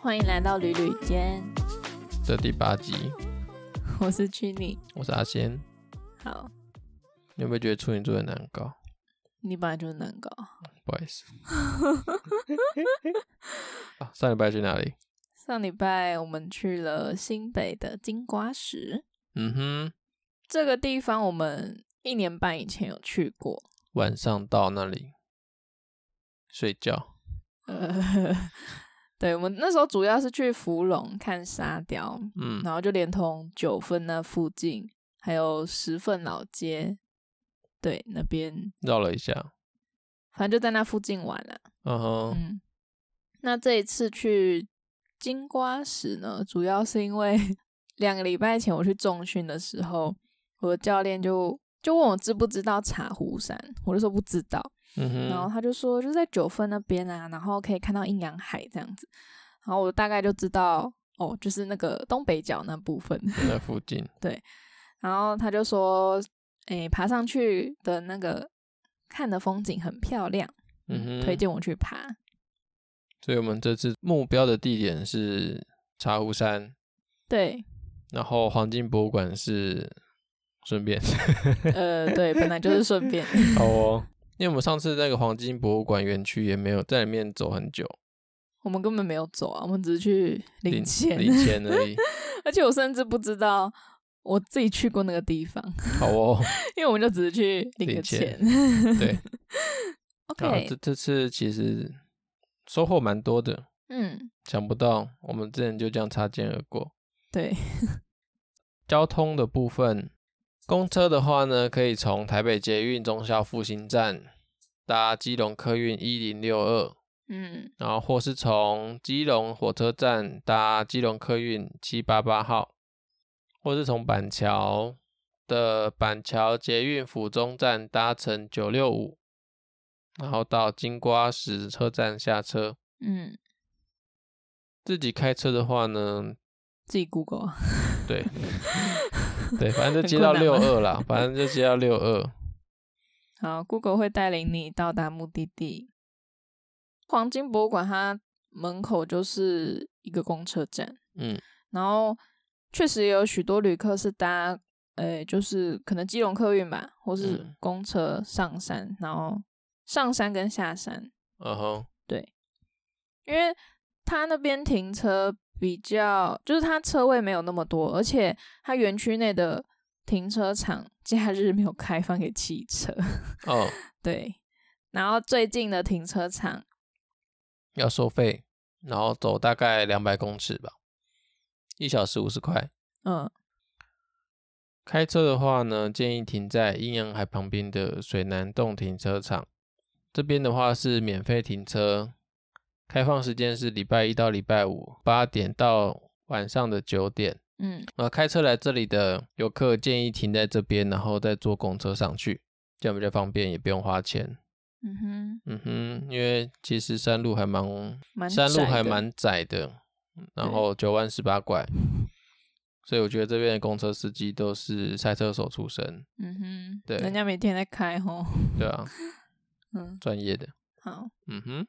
欢迎来到旅旅间，的第八集，我是去你。我是阿仙。好，你有没有觉得处女座很难搞？你本来就是难搞。不好 意思。啊，上礼拜去哪里？上礼拜我们去了新北的金瓜石嗯哼，这个地方，我们一年半以前有去过。晚上到那里睡觉。呃，对，我们那时候主要是去芙蓉看沙雕，嗯，然后就连同九份那附近，还有十份老街，对，那边绕了一下。反正就在那附近玩啊了、嗯哼，嗯，那这一次去金瓜石呢，主要是因为 两个礼拜前我去重训的时候，我的教练就就问我知不知道茶壶山，我就说不知道，嗯然后哼，他就说就在九份那边啊，然后可以看到阴阳海这样子，然后我大概就知道哦，就是那个东北角那部分， 就在附近。然后他就说，诶，爬上去的那个看的风景很漂亮，嗯推哼，荐我去爬，所以我们这次目标的地点是茶壶山，对，然后黄金博物馆是顺便。 呃，对，本来就是顺 便。好哦， 因为我们上次那个黄金博物馆园区也没有在里面走很久，我们根本没有走啊，我们只是去领钱，零钱 而已。而且我甚至不知道我自己去过那个地方， 好哦，因为我们就只是去领个领钱钱。对，然后 OK，这这次其实收获蛮多的，嗯，想不到我们之前就这样擦肩而过。对，交通的部分，公车的话呢，可以从台北捷运中校复兴站搭基隆客运一零六二，嗯然后或是从基隆火车站搭基隆客运七八八号，或是从板桥的板桥捷运府中站搭乘九六五，然后到金瓜石车站下车。嗯，自己开车的话呢，自己 Google 啊。对对，反正就接很到困六难吗二啦，反正就接到六二。好，Google 会带领你到达目的地。黄金博物馆它门口就是一个公车站，嗯然后确实也有许多旅客是搭，呃，就是可能基隆客运吧，或是嗯公车上山，然后上山跟下山，嗯哼，因为它那边停车比较，就是它车位没有那么多，而且它园区内的停车场假日没有开放给汽车， 哦，对。然后最近的停车场，要收费，然后走大概两百公尺吧，一小时五十块。嗯，开车的话呢，建议停在阴阳海旁边的水南洞停车场。这边的话是免费停车，开放时间是礼拜一到礼拜五八点到晚上的九点。嗯，呃，开车来这里的游客建议停在这边，然后再坐公车上去，这样比较方便，也不用花钱。嗯哼，嗯哼，因为其实山路还蛮蛮山路窄还的，蛮窄的，然对后九弯十八拐，所以我觉得这边的公车司机都是赛车手出身，嗯哼，对人家每天在开吼，对啊，嗯，专业的。好，嗯哼，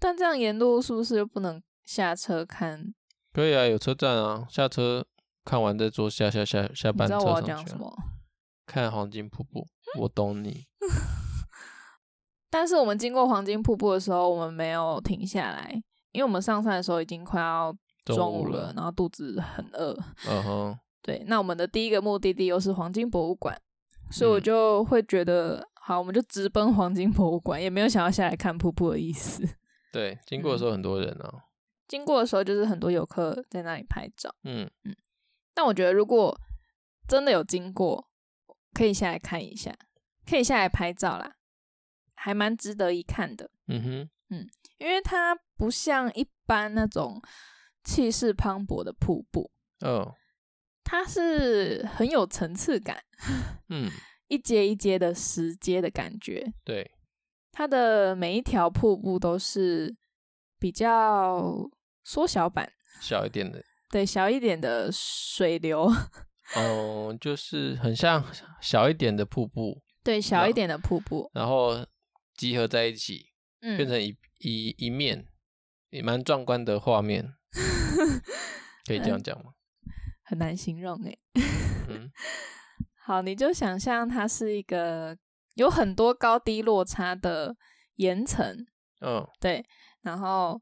但这样沿路是不是又不能下车看？可以啊，有车站啊，下车看完再坐下下下下你班知车道我要上讲去什啊、么？看黄金瀑布，我懂你。但是我们经过黄金瀑布的时候，我们没有停下来，因为我们上山的时候已经快要中午午了，，然后肚子很饿。嗯哼，对，那我们的第一个目的地又是黄金博物馆，所嗯以我就会觉得，好，我们就直奔黄金博物馆，也没有想要下来看瀑布的意思。 对，经过的嗯时候很多人啊，经过的时候，就是很多游客在那里拍照。嗯，但我觉得如果真的有经过，可以下来看一下，可以下来拍照啦，还蛮值得一看的，嗯哼，因为它不像一般那种气势磅礴的瀑布，哦，它是很有层次感，嗯，一阶一阶的石阶的感觉。对，它的每一条瀑布都是比较缩小版，小一点的，对，小一点的水流， 哦，就是很像小一点的瀑布，对，小一点的瀑布，然后集合在一起，嗯，变成一一一面，也蛮壮观的画面， 可以这样讲吗？很难形容欸诶。嗯，好，你就想象它是一个有很多高低落差的岩层，嗯，对，然后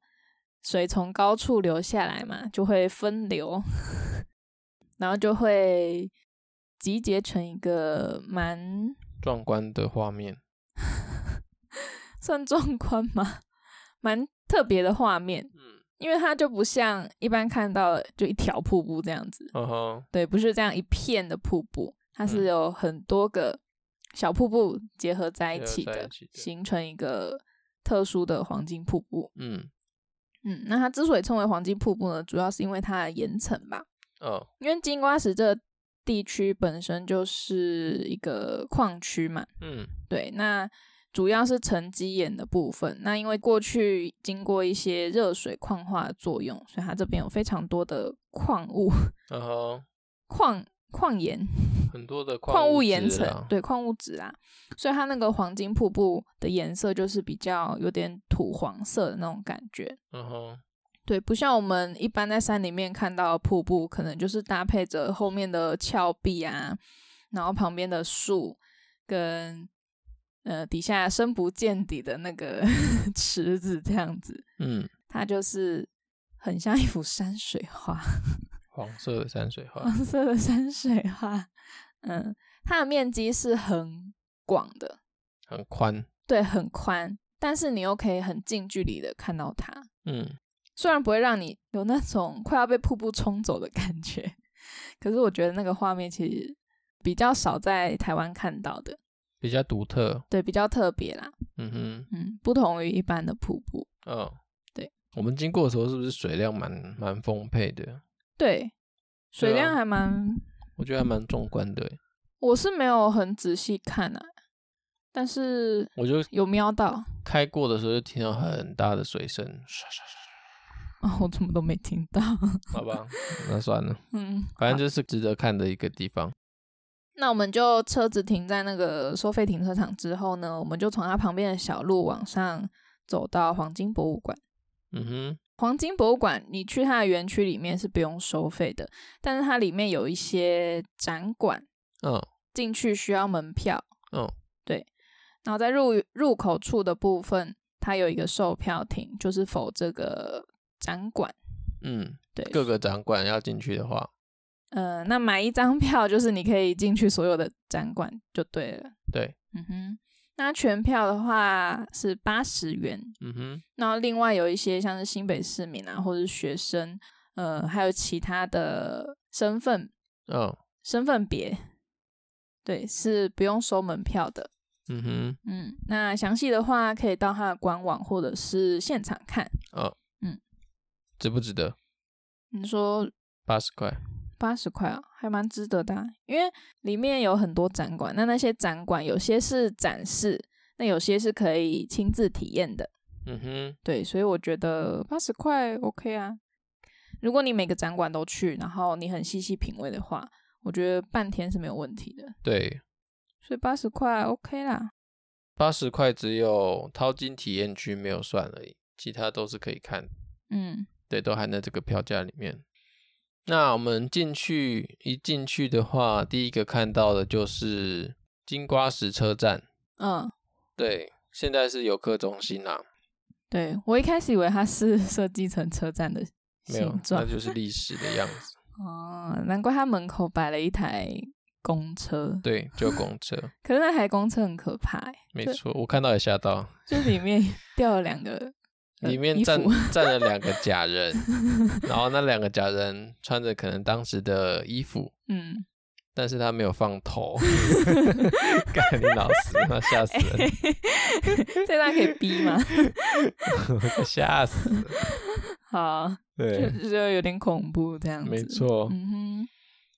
水从高处流下来嘛，就会分流， 然后就会集结成一个蛮壮观的画面，算壮观吗？ 蛮特别的画面，嗯，因为它就不像一般看到的就一条瀑布这样子，嗯哼，对，不是这样一片的瀑布，它嗯是有很多个小瀑布结合在一结合起在的，一起的形成一个特殊的黄金瀑布。嗯，嗯，那它之所以称为黄金瀑布呢，主要是因为它的岩层吧，哦，因为金瓜石这个地区本身就是一个矿区嘛，嗯，对，那主要是沉积岩的部分。那因为过去经过一些热水矿化的作用，所以它这边有非常多的矿物、嗯哼，矿矿岩、很多的矿物物岩质层啊，，对矿物质啊，所以它那个黄金瀑布的颜色就是比较有点土黄色的那种感觉。嗯哼，对，不像我们一般在山里面看到的瀑布，可能就是搭配着后面的峭壁啊，然后旁边的树跟呃底下深不见底的那个 池子这样子，嗯，它就是很像一幅山水画，黄色的 山水画，黄色的山水画。嗯，它的面积是很广的，很宽，对，很宽，但是你又可以很近距离的看到它。嗯，虽然不会让你有那种快要被瀑布冲走的感觉， 可是我觉得那个画面其实比较少在台湾看到的，比较独特，对，比较特别啦，嗯哼，嗯，不同于一般的瀑布，嗯，对，我们经过的时候是不是水量蛮蛮丰沛的？对，水对啊量还蛮，我觉得还蛮壮观的欸，我是没有很仔细看啊，但是我就有瞄到 开过的时候就听到很大的水声，唰唰哦，我怎么都没听到， 唰好吧， 那算了，嗯，反正好就是值得看的一个地方。那我们就车子停在那个收费停车场之后呢，我们就从它旁边的小路往上走到黄金博物馆。嗯黄金博物馆，你去它的园区里面是不用收费的，但是它里面有一些展馆，哼，嗯进去需要门票。嗯，对。然后在入入口处的部分，它有一个售票亭，就是否这个展馆。嗯，对，各个展馆要进去的话，呃，那买一张票就是你可以进去所有的展馆就对了。对，嗯哼。那全票的话是八十元，嗯哼，然后另外有一些像是新北市民啊，或者是学生，呃，还有其他的身份嗯身份别，对，是不用收门票的。嗯哼，嗯，那详细的话可以到他的官网或者是现场看。值不值得？你说八十块，八十块啊，还蛮值得的啊、因为里面有很多展馆，那那些展馆有些是展示，那有些是可以亲自体验的。嗯哼，对，所以我觉得八十块 OK 啊。如果你每个展馆都去，然后你很细细品味的话，我觉得半天是没有问题的。对，所以八十块 OK 啦。八十块只有淘金体验区没有算而已，其他都是可以看的嗯，对，都含在这个票价里面。那我们进去一进去的话，第一个看到的就是金瓜石车站，嗯，对，现在是游客中心啦、对我一开始以为它是设计成车站的没有形，那状就是历史的样子，哦，难怪它门口摆了一台公车，对，就公车，可是那台公车很可怕欸、没对错，我看到也吓到，就里 面掉了两个呃里面衣站服站了两个假人，然后那两个假人穿着可能当时的衣服，嗯，但是他没有放头， 干你老师，那吓死人，这段可以逼吗？ 吓死了， 好，对，就就有点恐怖这样子。没错，嗯哼，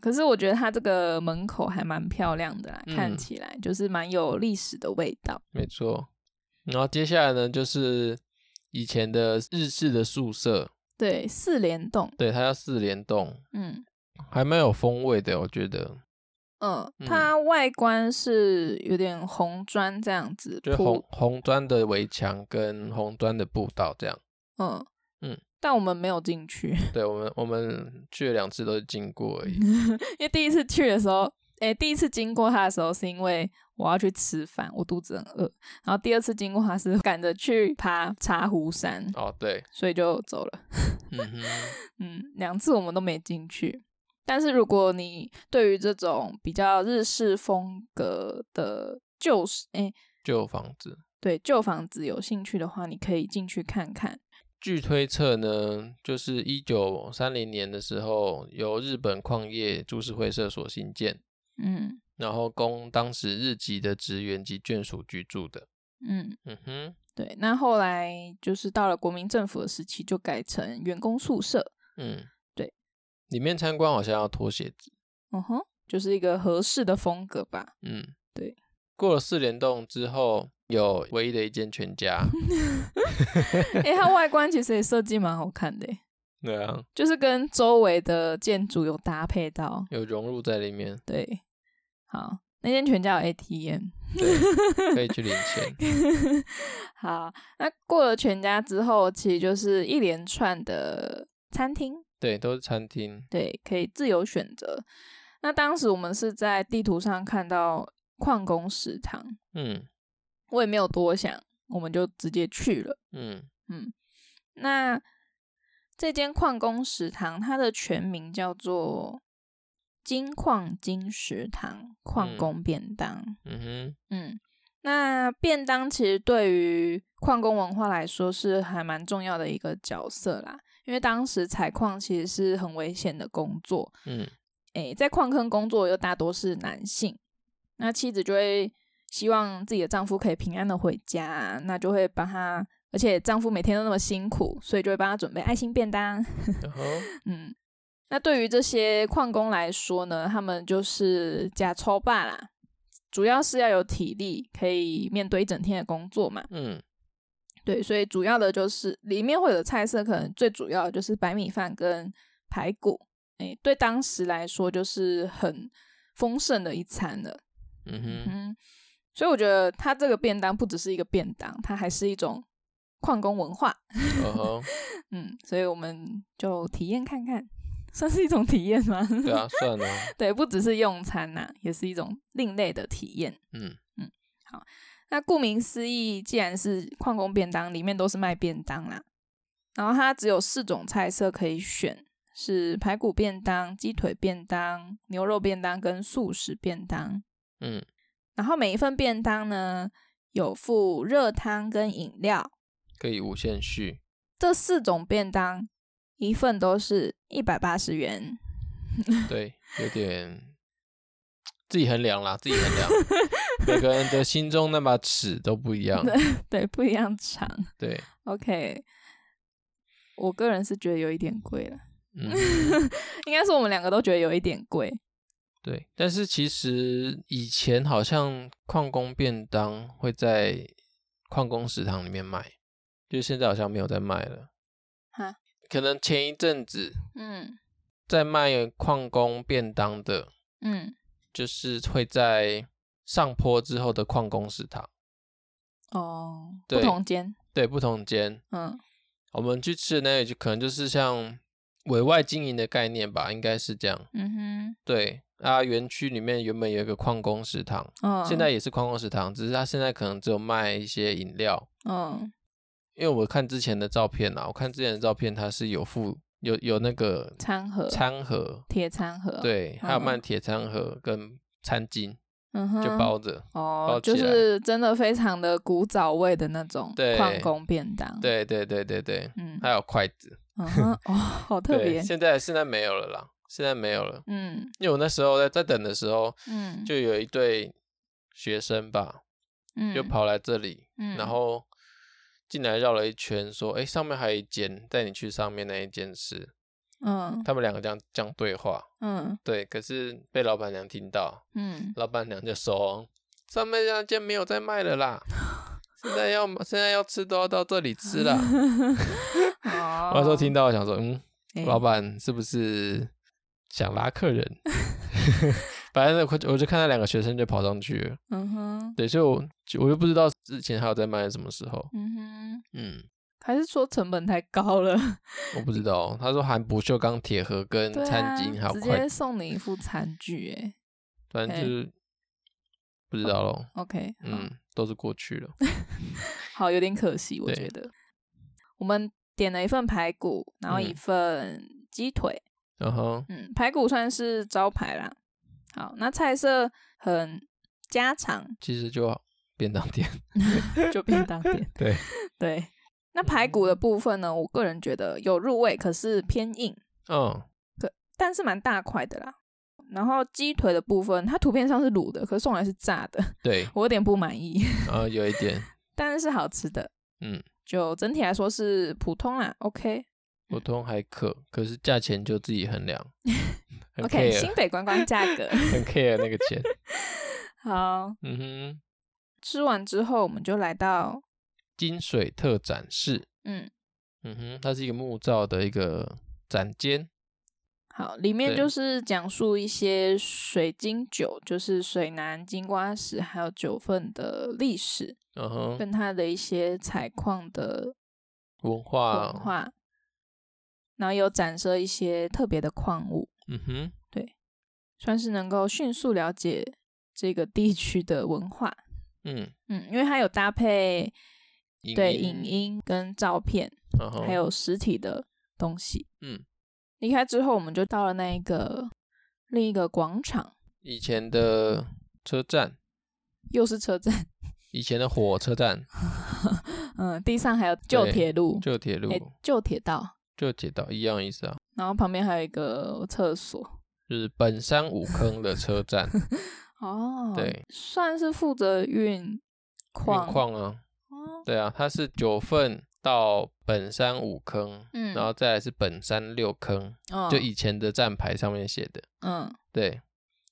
可是我觉得它这个门口还蛮漂亮的啦，嗯看起来就是蛮有历史的味道。没错。然后接下来呢，就是以前的日式的宿舍，对，四联栋，对，它叫四联栋，嗯还蛮有风味的，我觉得，嗯嗯，它外观是有点红砖这样子就是铺红，红砖的围墙跟红砖的步道这样，嗯，但我们没有进去， 对我们我们去了两次都是经过嗯而已。因为第一次去的时候，诶、第一次经过它的时候是因为我要去吃饭，我肚子很饿。然后第二次经过它是赶着去爬茶壶山，哦，对，所以就走了。嗯哼，嗯，两次我们都没进去。但是如果你对于这种比较日式风格的旧式，哎、旧房子。对旧房子有兴趣的话，你可以进去看看。据推测呢，就是一九三零年的时候，由日本矿业株式会社所兴建，嗯然后供当时日籍的职员及眷属居住的。嗯，嗯哼，对。那后来就是到了国民政府的时期，就改成员工宿舍。嗯，对。里面参观好像要脱鞋子。嗯哼，就是一个合适的风格吧。嗯，对。过了四联动之后，有唯一的一间全家。诶、它外观其实也设计蛮好看的耶，对啊，就是跟周围的建筑有搭配到。有融入在里面，对，好，那间全家有 ATM。可以去领钱。好，那过了全家之后，其实就是一连串的餐厅，对，都是餐厅。对，可以自由选择。那当时我们是在地图上看到矿工食堂，嗯我也没有多想，我们就直接去了。嗯，那这间矿工食堂，它的全名叫做金矿金食堂矿嗯工便当。嗯哼，嗯，那便当其实对于矿工文化来说是还蛮重要的一个角色啦，因为当时采矿其实是很危险的工作，嗯诶，在矿坑工作又大多是男性，那妻子就会希望自己的丈夫可以平安的回家，那就会帮他，而且丈夫每天都那么辛苦，所以就会帮他准备爱心便当。然后嗯，那对于这些矿工来说呢，他们就是假抽霸啦，主要是要有体力，可以面对一整天的工作嘛。嗯对，所以主要的就是里面会有的菜色，可能最主要的就是白米饭跟排骨。哎，对当时来说就是很丰盛的一餐了。嗯哼，嗯，所以我觉得它这个便当不只是一个便当，它还是一种矿工文化。然后嗯，所以我们就体验看看，算是一种体验吗？ 对啊，算了，对，不只是用餐呐、也是一种另类的体验。嗯那顾名思义，既然是矿工便当，里面都是卖便当啦。然后它只有四种菜色可以选，是排骨便当、鸡腿便当、牛肉便当跟素食便当。嗯然后每一份便当呢，有附热汤跟饮料。可以无限续。这四种便当一份都是一百八十元。对，有点自己衡量啦，自己 衡量，每个人的心中那把尺都不一样。对，不一样长。 对， OK，我个人是觉得有一点贵了，嗯，应该是我们两个都觉得有一点贵。对。但是其实以前好像矿工便当会在矿工食堂里面卖，就是现在好像没有在卖了。哈，可能前一阵子嗯在卖矿工便当的，嗯，就是会在上坡之后的矿工食堂，哦，不对同间，对，不同间。嗯我们去吃的那个就可能就是像委外经营的概念吧，应该是这样。嗯对啊，园区里面原本有一个矿工食堂，哼，嗯，现在也是矿工食堂，只是它现在可能只有卖一些饮料。嗯因为我看之前的照片啊，我看之前的照片，它是有附有有那个餐盒，餐盒，铁餐盒，，对，还有嗯卖铁餐盒跟餐巾，嗯哼，就包着。哦包，就起来是真的非常的古早味的那种对矿工便当，，对对对对对，嗯还有筷子。嗯哼，哦，好特对，别，现在现在没有了啦，现在没有了。嗯因为我那时候在在等的时候，嗯，就有一对学生吧，就嗯跑来这里，嗯然后进来绕了一圈，说：“哎、上面还有一间，带你去上面那一间吃。嗯”他们两个这样这样对话，嗯对，可是被老板娘听到，嗯，老板娘就说：“上面那间没有在卖 了啦，现在要现在要吃都要到这里 吃了。哦我那时候听到，我想说：“嗯，哎老板是不是想拉客人？” 反正我就我就看到两个学生就跑上去了。嗯哼，对，所以我就我就不知道之前还有在卖什么时候。嗯哼。嗯还是说成本太高了？我不知道。他说含不锈钢铁盒跟对嗯餐啊，巾还有直筷接子，送你一副餐具、欸，反正嘿就是不嗯知道咯。 OK，好嗯，都是过去了。好，有点可惜，我对觉得。我们点了一份排骨，然后一嗯份鸡腿，然后，嗯排骨算是招牌啦。好，那菜色很家常其实就便当店，就便当店。对 对，那排骨的部分呢，我个人觉得有入味，可是偏硬，嗯，但是蛮大块的啦。然后鸡腿的部分，它图片上是卤的，可是送来是炸的， 对，我有点不满意，然后有一点但是是好吃的。嗯，就整体来说是普通啦，OK，普通还可，可是价钱就自己 衡量，很 OK， care，新北观光价格。很 care 那个钱。好，嗯哼，吃完之后我们就来到，金水特展示，嗯，嗯哼，它是一个木造的一个展间，好，里面对就是讲述一些水晶酒，就是水南金瓜石还有九份的历史，嗯哼，跟它的一些采矿的文化，文化，然后有展示一些特别的矿物，嗯哼，算是能够迅速了解这个地区的文化。嗯，嗯，因为它有搭配影对音嗯影，音跟照片，然后还有实体的东西。哦嗯，离开之后，我们就到了那一个另一个广场，以前的车站，又是车站， 以前的火车站，嗯，地上还有旧对铁路，旧铁路，诶旧铁道，旧铁道一样意思啊，然后旁边还有一个厕所。就是本山五坑的车站，哦，对，算是负责运运矿，矿啊，哦，对啊，它是九份到本山五坑，嗯，然后再来是本山六坑，哦就以前的站牌上面写的。嗯，对，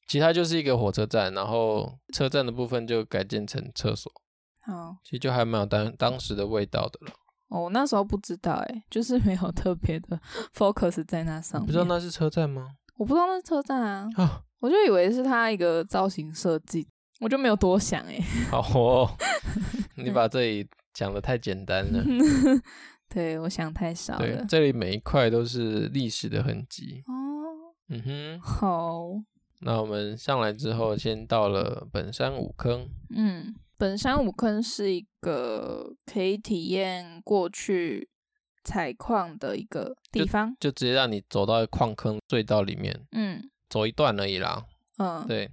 其他就是一个火车站，然后车站的部分就改建成厕所，好，其实就还蛮有当当时的味道的了。哦，我那时候不知道，哎，就是没有特别的 focus 在那上你面，不知道那是车站吗？我不知道那是车站啊，啊，我就以为是它一个造型设计，我就没有多想，哎， 好哦，你把这里讲的太简单 了。对，我想太少对了，。这里每一块都是历史的痕迹。哦，嗯哼，好，那我们上来之后，先到了本山五坑。嗯，本山五坑是一个可以体验过去采矿的一个地方。就直接让你走到矿坑隧道里面，嗯走一段而已啦。嗯，对，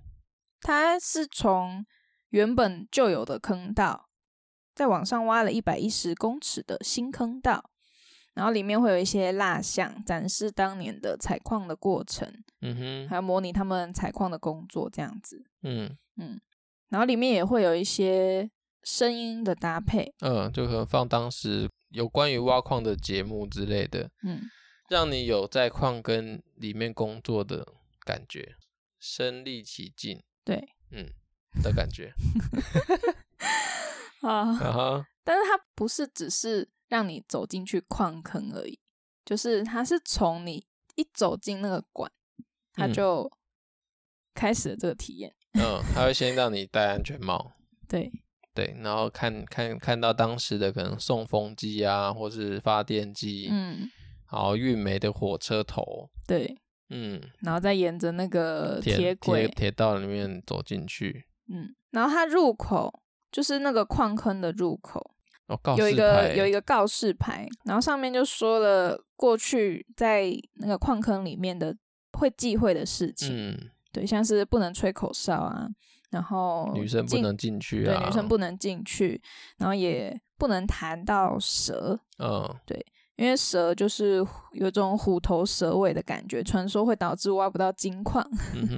它是从原本就有的坑道，再往上挖了一百一十公尺的新坑道，然后里面会有一些蜡像，展示当年的采矿的过程，嗯还哼，有模拟他们采矿的工作这样子。嗯然后里面也会有一些声音的搭配，嗯，就可能放当时有关于挖矿的节目之类的，嗯让你有在矿跟里面工作的感觉，身临其境，对，嗯的感觉。啊 啊哈，但是它不是只是让你走进去矿坑而已，就是它是从你一走进那个馆，它嗯就开始了这个体验。嗯，他会先让你戴安全帽，对，对，然后看看看到当时的可能送风机啊，或是发电机，嗯，然后运煤的火车头，对，嗯，然后再沿着那个铁铁轨，铁道里面走进去。嗯，然后它入口就是那个矿坑的入口，哦，告有一个有一个，个告示牌，然后上面就说了过去在那个矿坑里面的会忌讳的事情，嗯，对，像是不能吹口哨啊，然后女生不禁能进去对，啊，女生，不能进去，然后也不能谈到蛇，嗯，因为蛇就是有种虎头蛇尾的感觉，传说会导致挖不到金矿。 嗯哼，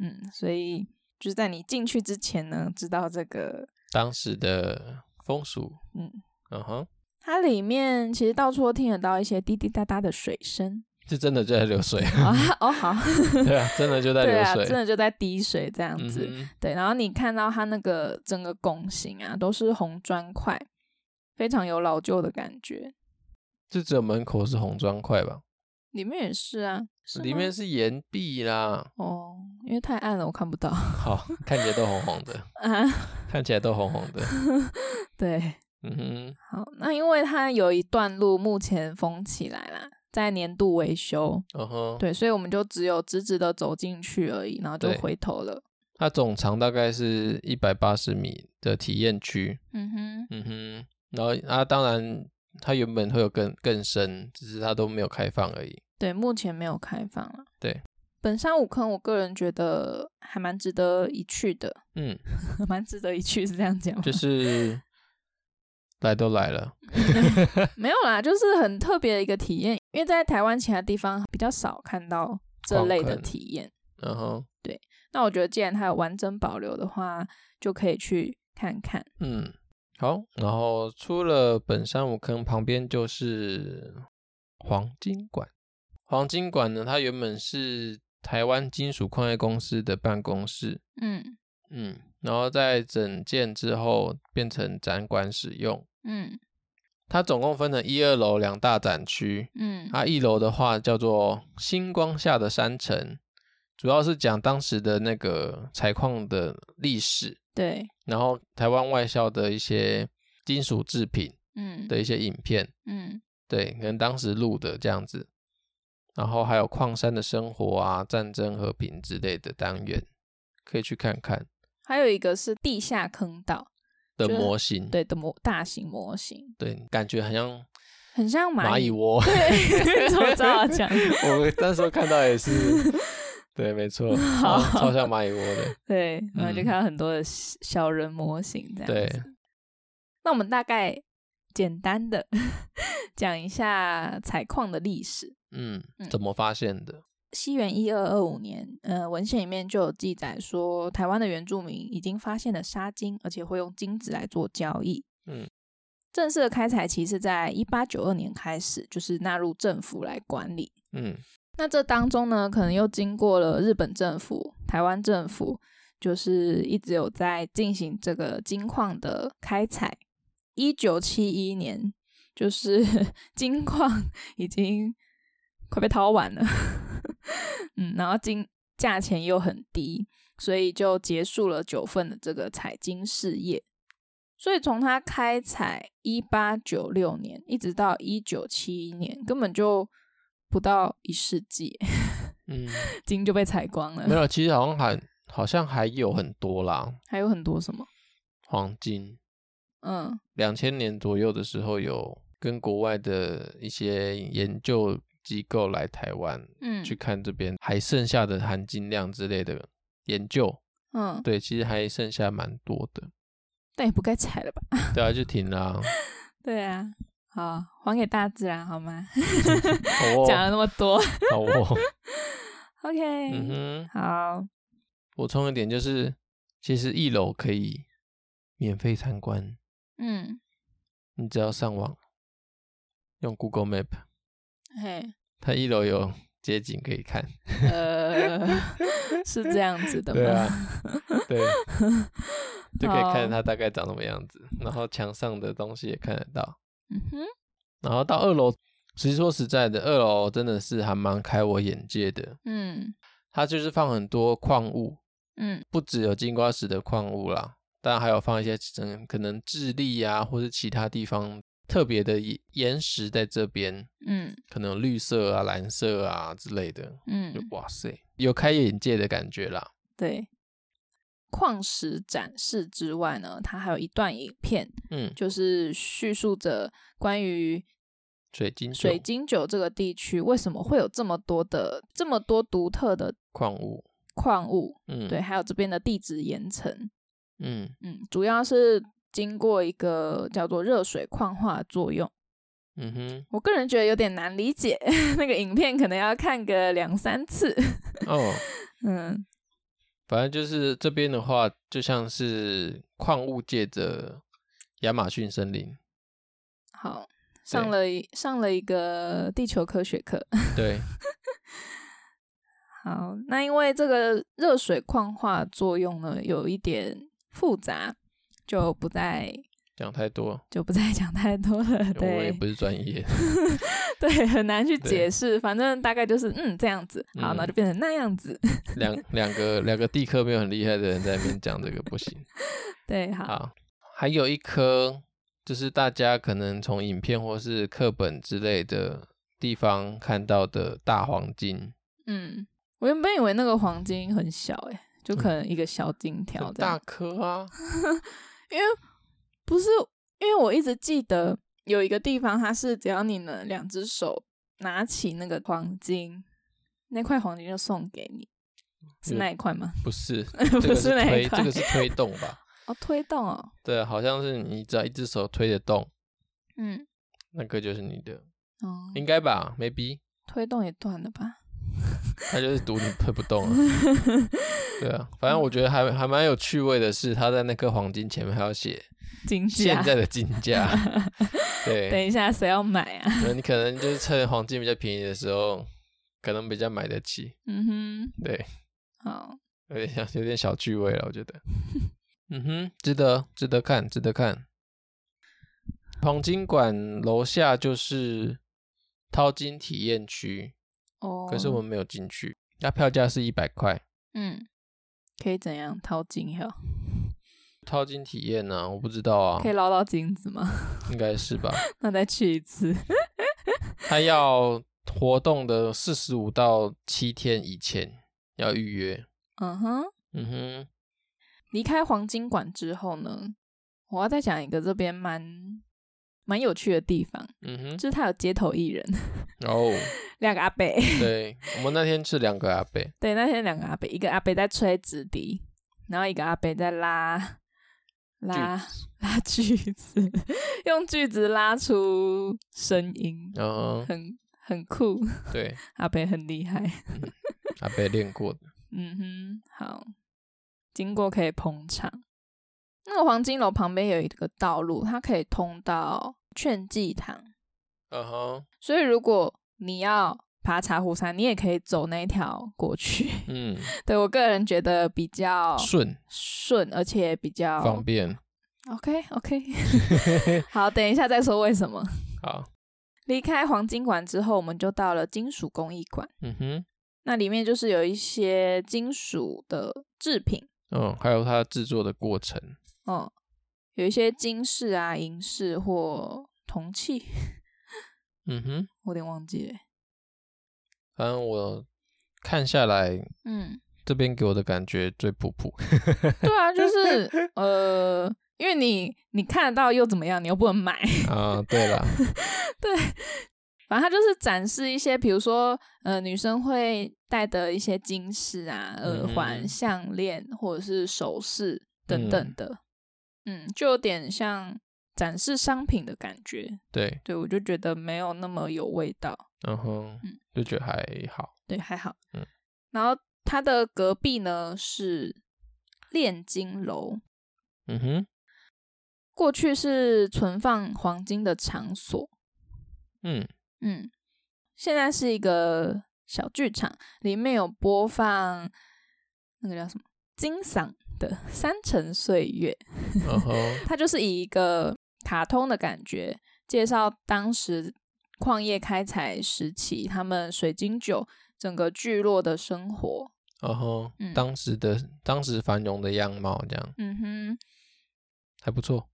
嗯，所以就是在你进去之前呢，知道这个，当时的风俗，嗯，嗯哼，它里面其实到处都听得到一些滴滴答答的水声是真的就在流水， 啊，哦 好， 对啊，真的就在对流啊，真水，的就在滴水这样嗯子。哼，对，然后你看到它那个整个拱形啊，都是红砖块，非常有老旧的感觉。就只有门口是红砖块吧，里面也是啊，是里吗面是岩壁 啦，哦，因为太暗了，我看不 到 好，看起来都红红的，啊。看起来都红红的，对，嗯哼，好，那因为它有一段路目前封起来啦，在年度维修，嗯哼，对，所以我们就只有直直的走进去而已，然后就对回头了。它总长大概是一百八十米的体验区。嗯哼，嗯哼，然后啊，当然它原本会有更更深，只是它都没有开放而已。对，目前没有开放了。对，本山五坑，我个人觉得还蛮值得一去的， 嗯，蛮值得一去是这样讲吗？就是 来都来了， 没有啦，就是很特别的一个体验，因为在台湾其他地方比较少看到这类矿的坑体验。然后那我觉得，既然它有完整保留的话，就可以去看看。嗯，好，然后出了本山五坑旁边就是黄金馆。黄金馆呢，它原本是台湾金属矿业公司的办公室，嗯嗯，然后在整建之后变成展馆使用。嗯它总共分成一二楼两大展区，嗯它一楼的话叫做“星光下的山城”，主要是讲当时的那个采矿的历史，对，然后台湾外销的一些金属制品嗯的一些影片，嗯对，可能当时录的这样子。然后还有矿山的生活啊、战争、和平之类的单元，可以去看看还有一个是地下坑道，的就是模型。对的模大型模型，对，感觉很像很像蚂蚂 蚁窝。对， 怎么知道我讲？我那时候看到 也是，对，没错，超好 超像蚂蚁窝的。对，然后就嗯看到很多的小小人模型这样。对，那我们大概简单的 讲一下采矿的历史。嗯嗯，怎么发现的？西元一二二五年，呃，文献里面就有记载说，台湾的原住民已经发现了沙金，而且会用金子来做交易。嗯，正式的开采期是在一八九二年开始，就是纳入政府来管理。嗯那这当中呢，可能又经过了日本政府、台湾政府，就是一直有在进行这个金矿的开采。一九七一年，就是 金矿已经快被掏完了，嗯，然后金价钱又很低，所以就结束了九份的这个采金事业。所以从它开采一八九六年一直到一九七一年，根本就不到一世纪， 嗯，金就被采光没了。有，其实好像还好像还有很多啦，还有很多什么？黄金。嗯两千年左右的时候，有跟国外的一些研究机构来台湾嗯去看这边还剩下的含金量之类的研究。嗯，对，其实还剩下蛮多的，但也不该采了吧？对啊，就停了啊。对啊，好，还给大自然好吗？好哦，讲了那么多好哦， ，OK，、嗯哼。好，补充一点就是，其实一楼可以免费参观，嗯，你只要上网用 Google Map，嘿，它一楼有街景可以看。呃， 是这样子的吗？ 对啊，对， 就可以好看它大概长什么样子，然后墙上的东西也看得到。嗯哼，然后到二楼，其实说实在的，二楼真的是还蛮开我眼界的。嗯它就是放很多矿物，嗯不只有金瓜石的矿物啦，当然还有放一些嗯可能智利啊，或是其他地方特别的岩岩石在这边，嗯可能有绿色啊、蓝色啊之类的。就嗯，哇塞，有开眼界的感觉啦。对。矿石展示之外呢，它还有一段影片，嗯，就是叙述着关于水晶水水晶酒这个地区为什么会有这么多的这么多独特的矿物，矿物，嗯，对，，还有这边的地质岩层，嗯嗯，主要是经过一个叫做热水矿化的作用。嗯哼，我个人觉得有点难理解， 那个影片可能要看个两三次。哦，嗯反正就是这边的话，就像是矿物界的亚马逊森林，好，上了一上了一个地球科学课。对，好，那因为这个热水矿化作用呢，有一点复杂，就不再讲太多，就不再讲太多了。我也对不是专业， 对，很难去对解释，反正大概就是嗯这样子，好，嗯那就变成那样子。 两两个两个地科没有很厉害的人在那边讲这个不行。 对，好，好，还有一颗就是大家可能从影片或是课本之类的地方看到的大黄金，嗯，我原本以为那个黄金很小、欸，就可能一个小金条嗯很这样大，颗啊，因为不是因为我一直记得有一个地方，它是只要你能两只手拿起那个黄金，那块黄金就送给你，是嗯那一块吗？不是， 不这个是那一推，块这个是推动吧？哦，推动哦，对，好像是你只要一只手推得动，嗯，那个就是你的，哦，应该吧？Maybe，推动也断了吧？他就是赌你推不动啊。对啊，反正我觉得还还蛮有趣味的是，他在那颗黄金前面还要写金现价，在的金价。 等对，一下谁要买啊？那你可能就是趁黄金比较便宜的时候，可能比较买得起。嗯对，哼，好，有点像有点小趣味了，我觉得。嗯哼，值得，值得看，值得看。黄金馆楼下就是淘金体验区，哦，可是我们没有进去。那票价是一百块，嗯，可以怎样淘金哟？淘金体验呢、我不知道啊可以，捞到金子吗？ 应该是吧？那再去一次。他要活动的四十五到七天以前要预约。嗯哼，嗯哼，离开黄金馆之后呢，我要再讲一个这边蛮蛮有趣的地方，嗯哼就，是它有街头艺人，哦，两个阿伯。对，我们那天吃两个阿贝， 对，那天两个阿伯，一个阿伯在吹纸笛，然后一个阿伯在拉拉拉锯子， 用锯子拉出声音，然后很很酷，嗯对阿伯很厉害。 阿贝练过的，嗯哼，好，经过可以捧场。那个黄金楼旁边有一个道路，它可以通到劝济堂，嗯哼，所以如果你要爬茶壶山，你也可以走那一条过去。 嗯，对我个人觉得比较顺顺，而且比较方便， OK OK，好， 等一下再说为什么。好，离开黄金馆之后，我们就到了金属工艺馆，嗯哼，那里面就是有一些金属的制品，嗯，还有它制作的过程，嗯，有一些金饰啊、银饰或铜器，嗯哼，我有点忘记了。反正我看下来，嗯，这边给我的感觉最普普，对啊，就是呃，因为你你看得到又怎么样？你又不能买，啊、对啦，反正它就是展示一些，比如说呃，女生会戴的一些金饰啊、耳环、嗯项链或者是首饰等等的，嗯就有点像展示商品的感觉。对，对我就觉得没有那么有味道，然后嗯就觉得还好，对，还好。嗯，然后它的隔壁呢是炼金楼，嗯哼，过去是存放黄金的场所，嗯，嗯，现在是一个小剧场，里面有播放那个叫什么金嗓的《山城岁月然后》，它就是以一个卡通的感觉介绍当时矿业开采时期他们水晶酒整个聚落的生活。然后嗯当时的当时繁荣的样貌，这样嗯哼，还不错，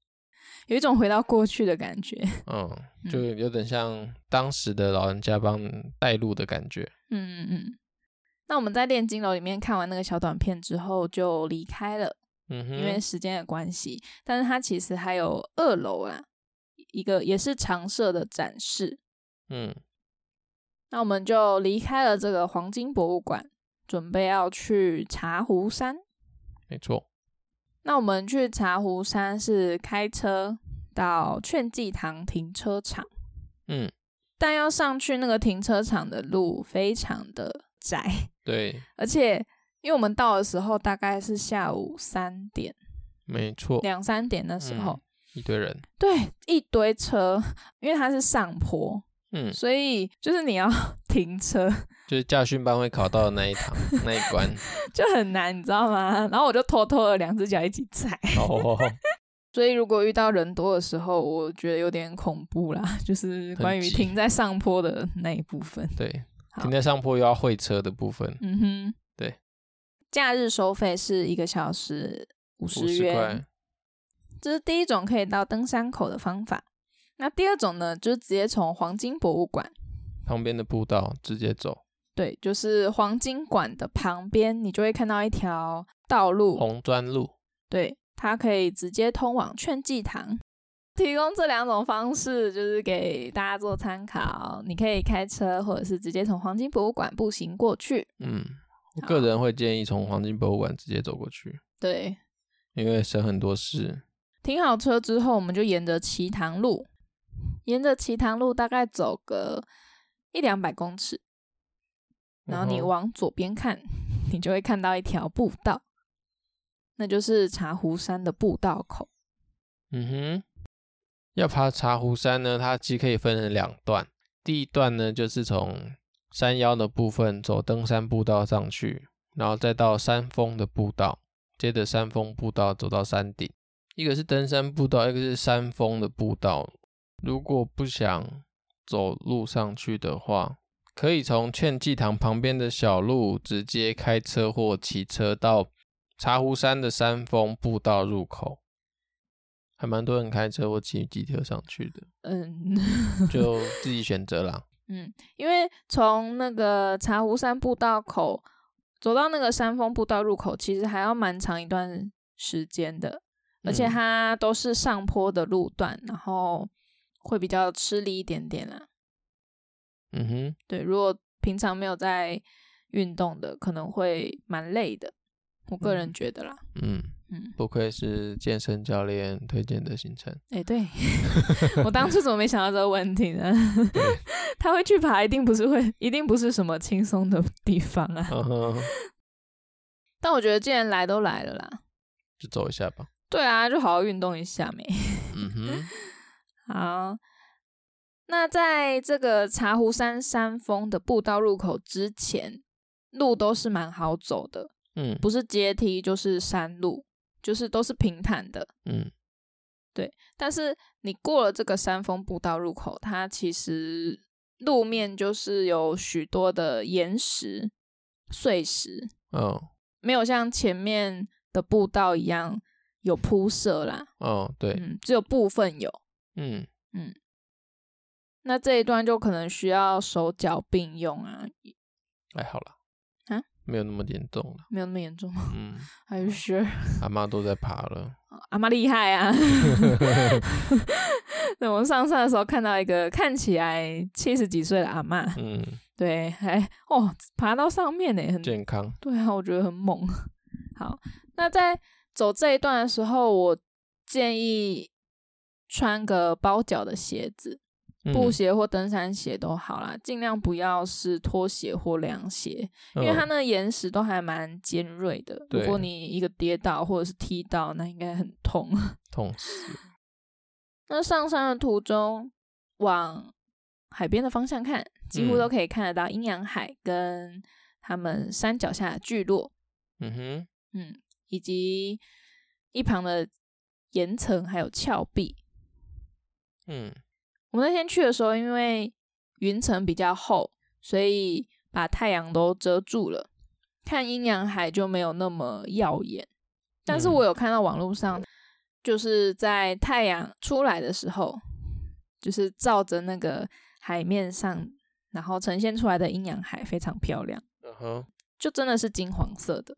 有一种回到过去的感觉。 嗯，就有点像当时的老人家帮带路的感觉，嗯嗯嗯。那我们在炼金楼里面看完那个小短片之后就离开了。嗯因为哼，时间的关系，但是它其实还有二楼啊，一个也是常设的展示。嗯，那我们就离开了这个黄金博物馆，准备要去茶壶山。没错，那我们去茶壶山是开车到劝济堂停车场，嗯，但要上去那个停车场的路非常的窄，对，而且因为我们到的时候大概是下午三点、没错，两三点的时候，嗯一堆人， 对，一堆车，因为它是上坡，嗯，所以就是你要 停车就是驾训班会考到的那一堂那一 关，就很难，你知道吗？然后我就偷偷的两只脚一起踩，哦，所以如果遇到人多的时候，我觉得有点恐怖啦，就是关于很挤停在上坡的那一部分。对，好停在上坡又要会车的部分，嗯哼，对。假日收费是一个小时五五十十元块，，这是第一种可以到登山口的方法。那第二种呢，就是直接从黄金博物馆，旁边的步道直接走，对，就是黄金馆的旁边，你就会看到一条道路，红砖路。对，它可以直接通往劝济堂。提供这两种方式，就是给大家做参考。你可以开车，或者是直接从黄金博物馆步行过去。嗯，我个人会建议从黄金博物馆直接走过去，对，因为省很多事。停好车之后，我们就沿着祈堂路，沿着祈堂路大概走个一两百公尺，然嗯后你往左边看，你就会看到一条步道，那就是茶壶山的步道口。嗯哼，要爬茶壶山呢，它其实可以分成两段。第一段呢，就是从山腰的部分走登山步道上去，然后再到山峰的步道，接着山峰步道走到山顶。一个是登山步道，一个是山峰的步道。如果不想走路上去的话，可以从劝济堂旁边的小路直接开车或骑车到茶壶山的山峰步道入口。还蛮多人开车或骑机车上去的，嗯 就自己选择啦。嗯，因为从那个茶壶山步道口走到那个山峰步道入口，其实还要蛮长一段时间的。而且嗯它都是上坡的路段，然后会比较吃力一点点啦。嗯哼，对，如果平常没有在运动的，可能会蛮累的。我个人觉得啦，嗯嗯不愧是健身教练推荐的行程。哎、对 我当初怎么没想到这个问题呢？对， 他会去爬，一定不是会，一定不是什么轻松的地方啊。 嗯哼，但我觉得既然来都来了啦，就走一下吧。对啊，就好好运动一下没。嗯哼， 好，那在这个茶壶山山峰的步道入口之前，路都是蛮好走的，嗯不是阶梯就是山路，就是都是平坦的。嗯，但是你过了这个山峰步道入口，它其实路面就是有许多的岩石、碎石，哦没有像前面的步道一样有铺设啦，哦，对，嗯，只有部分有。嗯那这一段就可能需要手脚并用啊，还好啦，啊，没有那么严重 了。没有那么严重吗？嗯，还是 sure？阿妈都在爬了。阿妈厉害 啊！ 对，我上山的时候看到一个看起来七十几岁的阿妈，嗯， 对，还哦爬到上面呢，很健康。 对啊，我觉得很猛。好，那在走这一段的时候，我建议穿个包脚的鞋子，嗯布，鞋或登山鞋都好啦，尽量不要是拖鞋或凉鞋。因为它嗯那个岩石都还蛮尖锐的，如对果你一个跌倒或者是踢到，那应该很痛。 痛死。那上山的途中，往海边的方向看，几乎嗯都可以看得到阴阳海跟他们山脚下的聚落，嗯哼，嗯，以及一旁的岩层还有峭壁。嗯我们那天去的时候，因为云层比较厚，所以把太阳都遮住了，看阴阳海就没有那么耀眼。但是嗯我有看到网络上，就是在太阳出来的时候，就是照着那个海面上，然后呈现出来的阴阳海非常漂亮，嗯哼，就真的是金黄色的。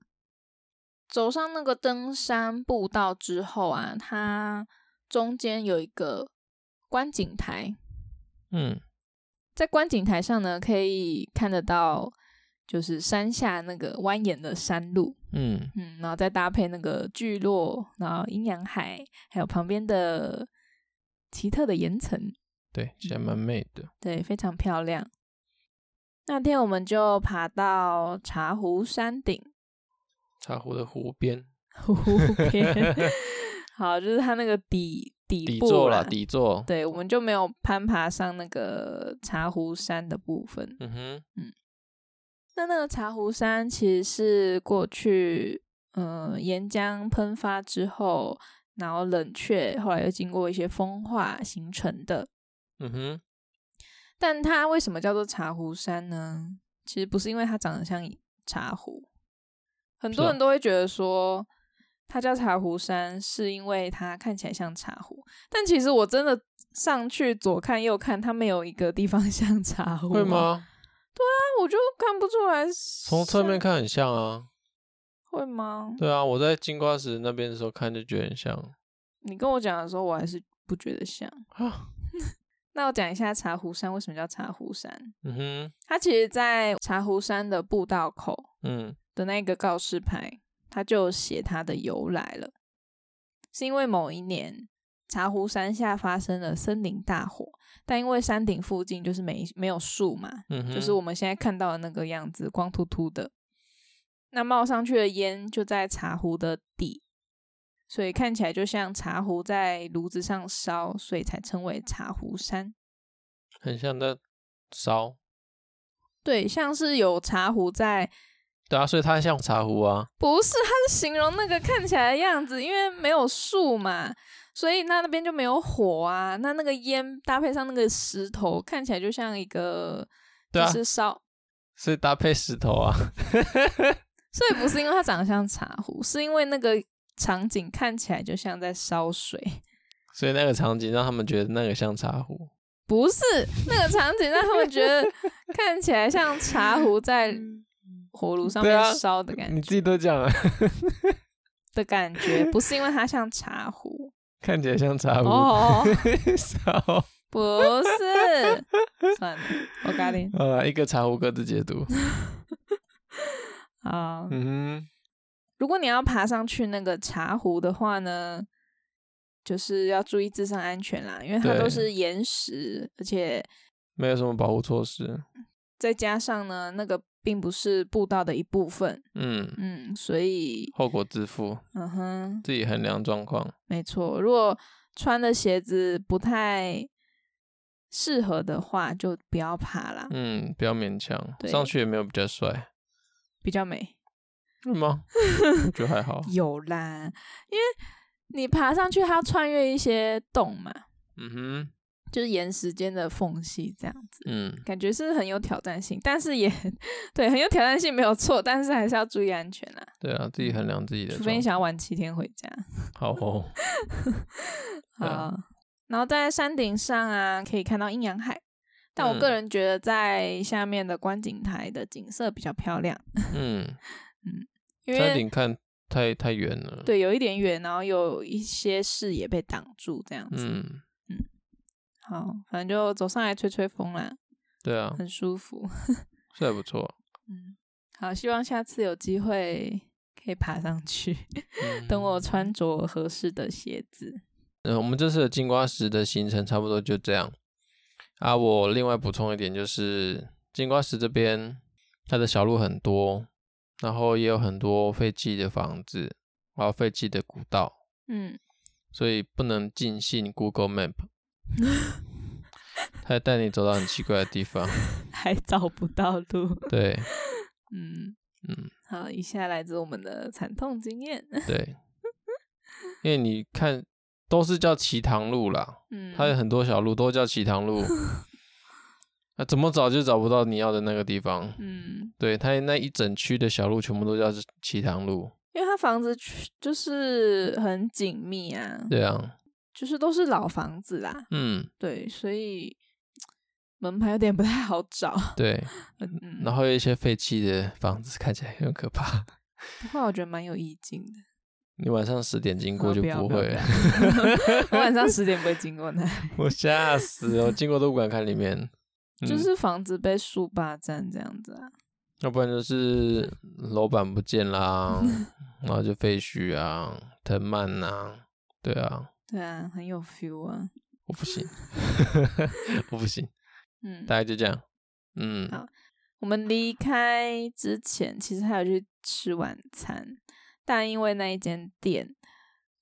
走上那个登山步道之后啊，它中间有一个观景台，嗯在观景台上呢，可以看得到就是山下那个蜿蜒的山路，嗯嗯，然后再搭配那个聚落，然后阴阳海，还有旁边的奇特的岩层，对，其嗯实还蛮美的。对，非常漂亮。那天我们就爬到茶壶山顶茶壶的湖边，湖边， 好，就是它那个底底底部啊座啦啦，底座。对，我们就没有攀爬上那个茶壶山的部分。嗯哼，那那个茶壶山其实是过去，嗯、岩浆喷发之后，然后冷却，后来又经过一些风化形成的。嗯哼，但它为什么叫做茶壶山呢？其实不是因为它长得像茶壶，很是多啊人都会觉得说它叫茶壶山，是因为它看起来像茶壶，但其实我真的上去左看右看，它没有一个地方 像茶壶。啊会？吗？那我就看不出来。从侧面看很像啊。会吗？对啊，我在金瓜石那边的时候看就觉得很像你跟我讲的时候，我还是不觉得像。啊。 那我讲一下茶壶山为什么叫茶壶山。嗯哼，它其实，在茶壶山的步道口嗯，的那个告示牌，它就有写它的由来了，是因为某一年茶壶山下发生了森林大火，但因为山顶附近就是没没有树嘛，嗯哼，就是我们现在看到的那个样子，光秃秃的。那冒上去的烟就在茶壶的底，所以看起来就像茶壶在炉子上烧，所以才称为茶壶山。很像在烧。对，像是有茶壶在，对啊，所以它像茶壶啊。不是，它是形容那个看起来的样子，因为没有树嘛，所以那那边就没有火啊。那那个烟搭配上那个石头，看起来就像一个对就啊，是烧，所以搭配石头啊。 所以不是因为它长得像茶壶， 是因为那个场景看起来就像在烧水。所以那个场景让他们觉得那个像茶壶。不是那个场景让他们觉得看起来像茶壶在火炉上对啊面烧的感觉、你自己都讲了，的感觉，不是因为它像茶壶看起来像茶壶。哦， 烧不是，算了，我搞定啊，一个茶壶各自解读。好，嗯如果你要爬上去那个茶壶的话呢，就是要注意自身安全啦，因为它对都是岩石，而且哼，没有什么保护措施。再加上呢，那个并不是步道的一部分，嗯，嗯，所以，后果自负，嗯哼，自己衡量状况。没错，如果穿的鞋子不太适合的话，就不要爬啦，嗯，不要勉强，对上去也没有比较帅， 比较美。是吗？我觉得还 好。有啦，因为你爬上去，它要穿越一些洞嘛，嗯哼，就是岩石间的缝隙这样子，嗯，感觉是很有挑战性，但是也对很有 挑战性没有错，但是还是要注意安全啦，对啊，自己衡量自己的除状。非你想要晚七天回家。好 哦，对啊好，然后在山顶上啊，可以看到阴阳海。但我嗯个人觉得，在下面的观景台的景色比较漂亮，嗯，因山为顶看太太远了。对有一点远，然后有一些视野被挡住，这样子。嗯，好，反正就走上来吹吹风啦，对啊，很舒服。是还 不错。嗯，好，希望下次有机会可以爬上去，嗯等我穿着合适的鞋子。嗯，我们这次的金瓜石的行程差不多就这样。啊，我另外补充一点，就是金瓜石这边它的小路很多，然后也有很多废弃的房子，还有废弃的古道，嗯，所以不能尽信 Google Map，它会带你走到很奇怪的地方。 还找不到路。对，嗯，嗯，好，以下来自我们的惨痛经验。 对，因为你看都是叫祈堂路啦，嗯，它有很多小路都叫祈 堂路，啊，怎么找就找不到你要的那个地方。嗯，对，它那一整区的小路全部都叫是祈堂路。因为它房子区就是很紧密啊，对啊，就是都是老房子啦，嗯，对，所以门牌有点不太好找。对，嗯，然后有一些废弃的房子看起来很可怕，不过我觉得蛮有意境的。你晚上十点经过啊就不要不要会不了。我晚上十点不会经过那里， 我吓死了，我经过都不敢看里面。嗯就是房子被树霸占这样子啊。要不然就是楼板不见啦，然后就废墟啊、藤蔓啊，对啊，对啊，很有 feel 啊。我不行，我不行，嗯，大概就这样。嗯，好我们离开之前，其实还有去吃晚餐，但因为那一间店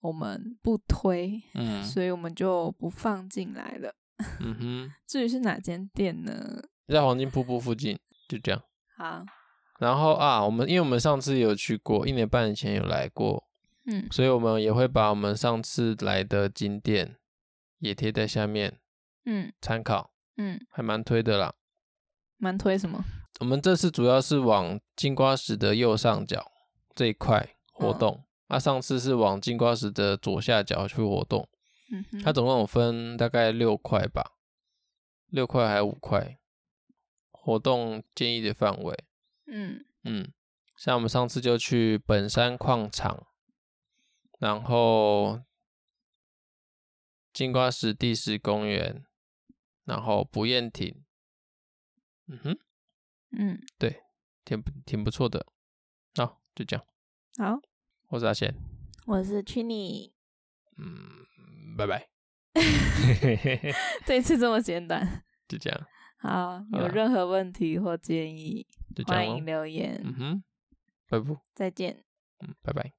我们不推，嗯所以我们就不放进来了。嗯哼，至于是哪间店呢？在黄金瀑布附近，就这样。好，然后啊，我们因为我们上次有去过，一年半以前有来过，嗯，所以我们也会把我们上次来的景点也贴在下面嗯参考，嗯，还蛮推的啦。蛮推什么？我们这次主要是往金瓜石的右上角这一块活动，啊，上次是往金瓜石的左下角去活动，嗯哼，它总共有分大概六块吧，六块还五块，活动建议的范围。嗯嗯，像我们上次就去本山矿场，然后金瓜石地势公园，然后不厌亭，嗯哼，嗯，挺挺不错的。好、就这样，好，我是阿贤，我是 Chini，嗯，拜拜， 这一次这么简短。就这样，好，好有啦任何问题或建议，就这欢样迎咯，留言。嗯哼，拜拜，再见。嗯，拜拜。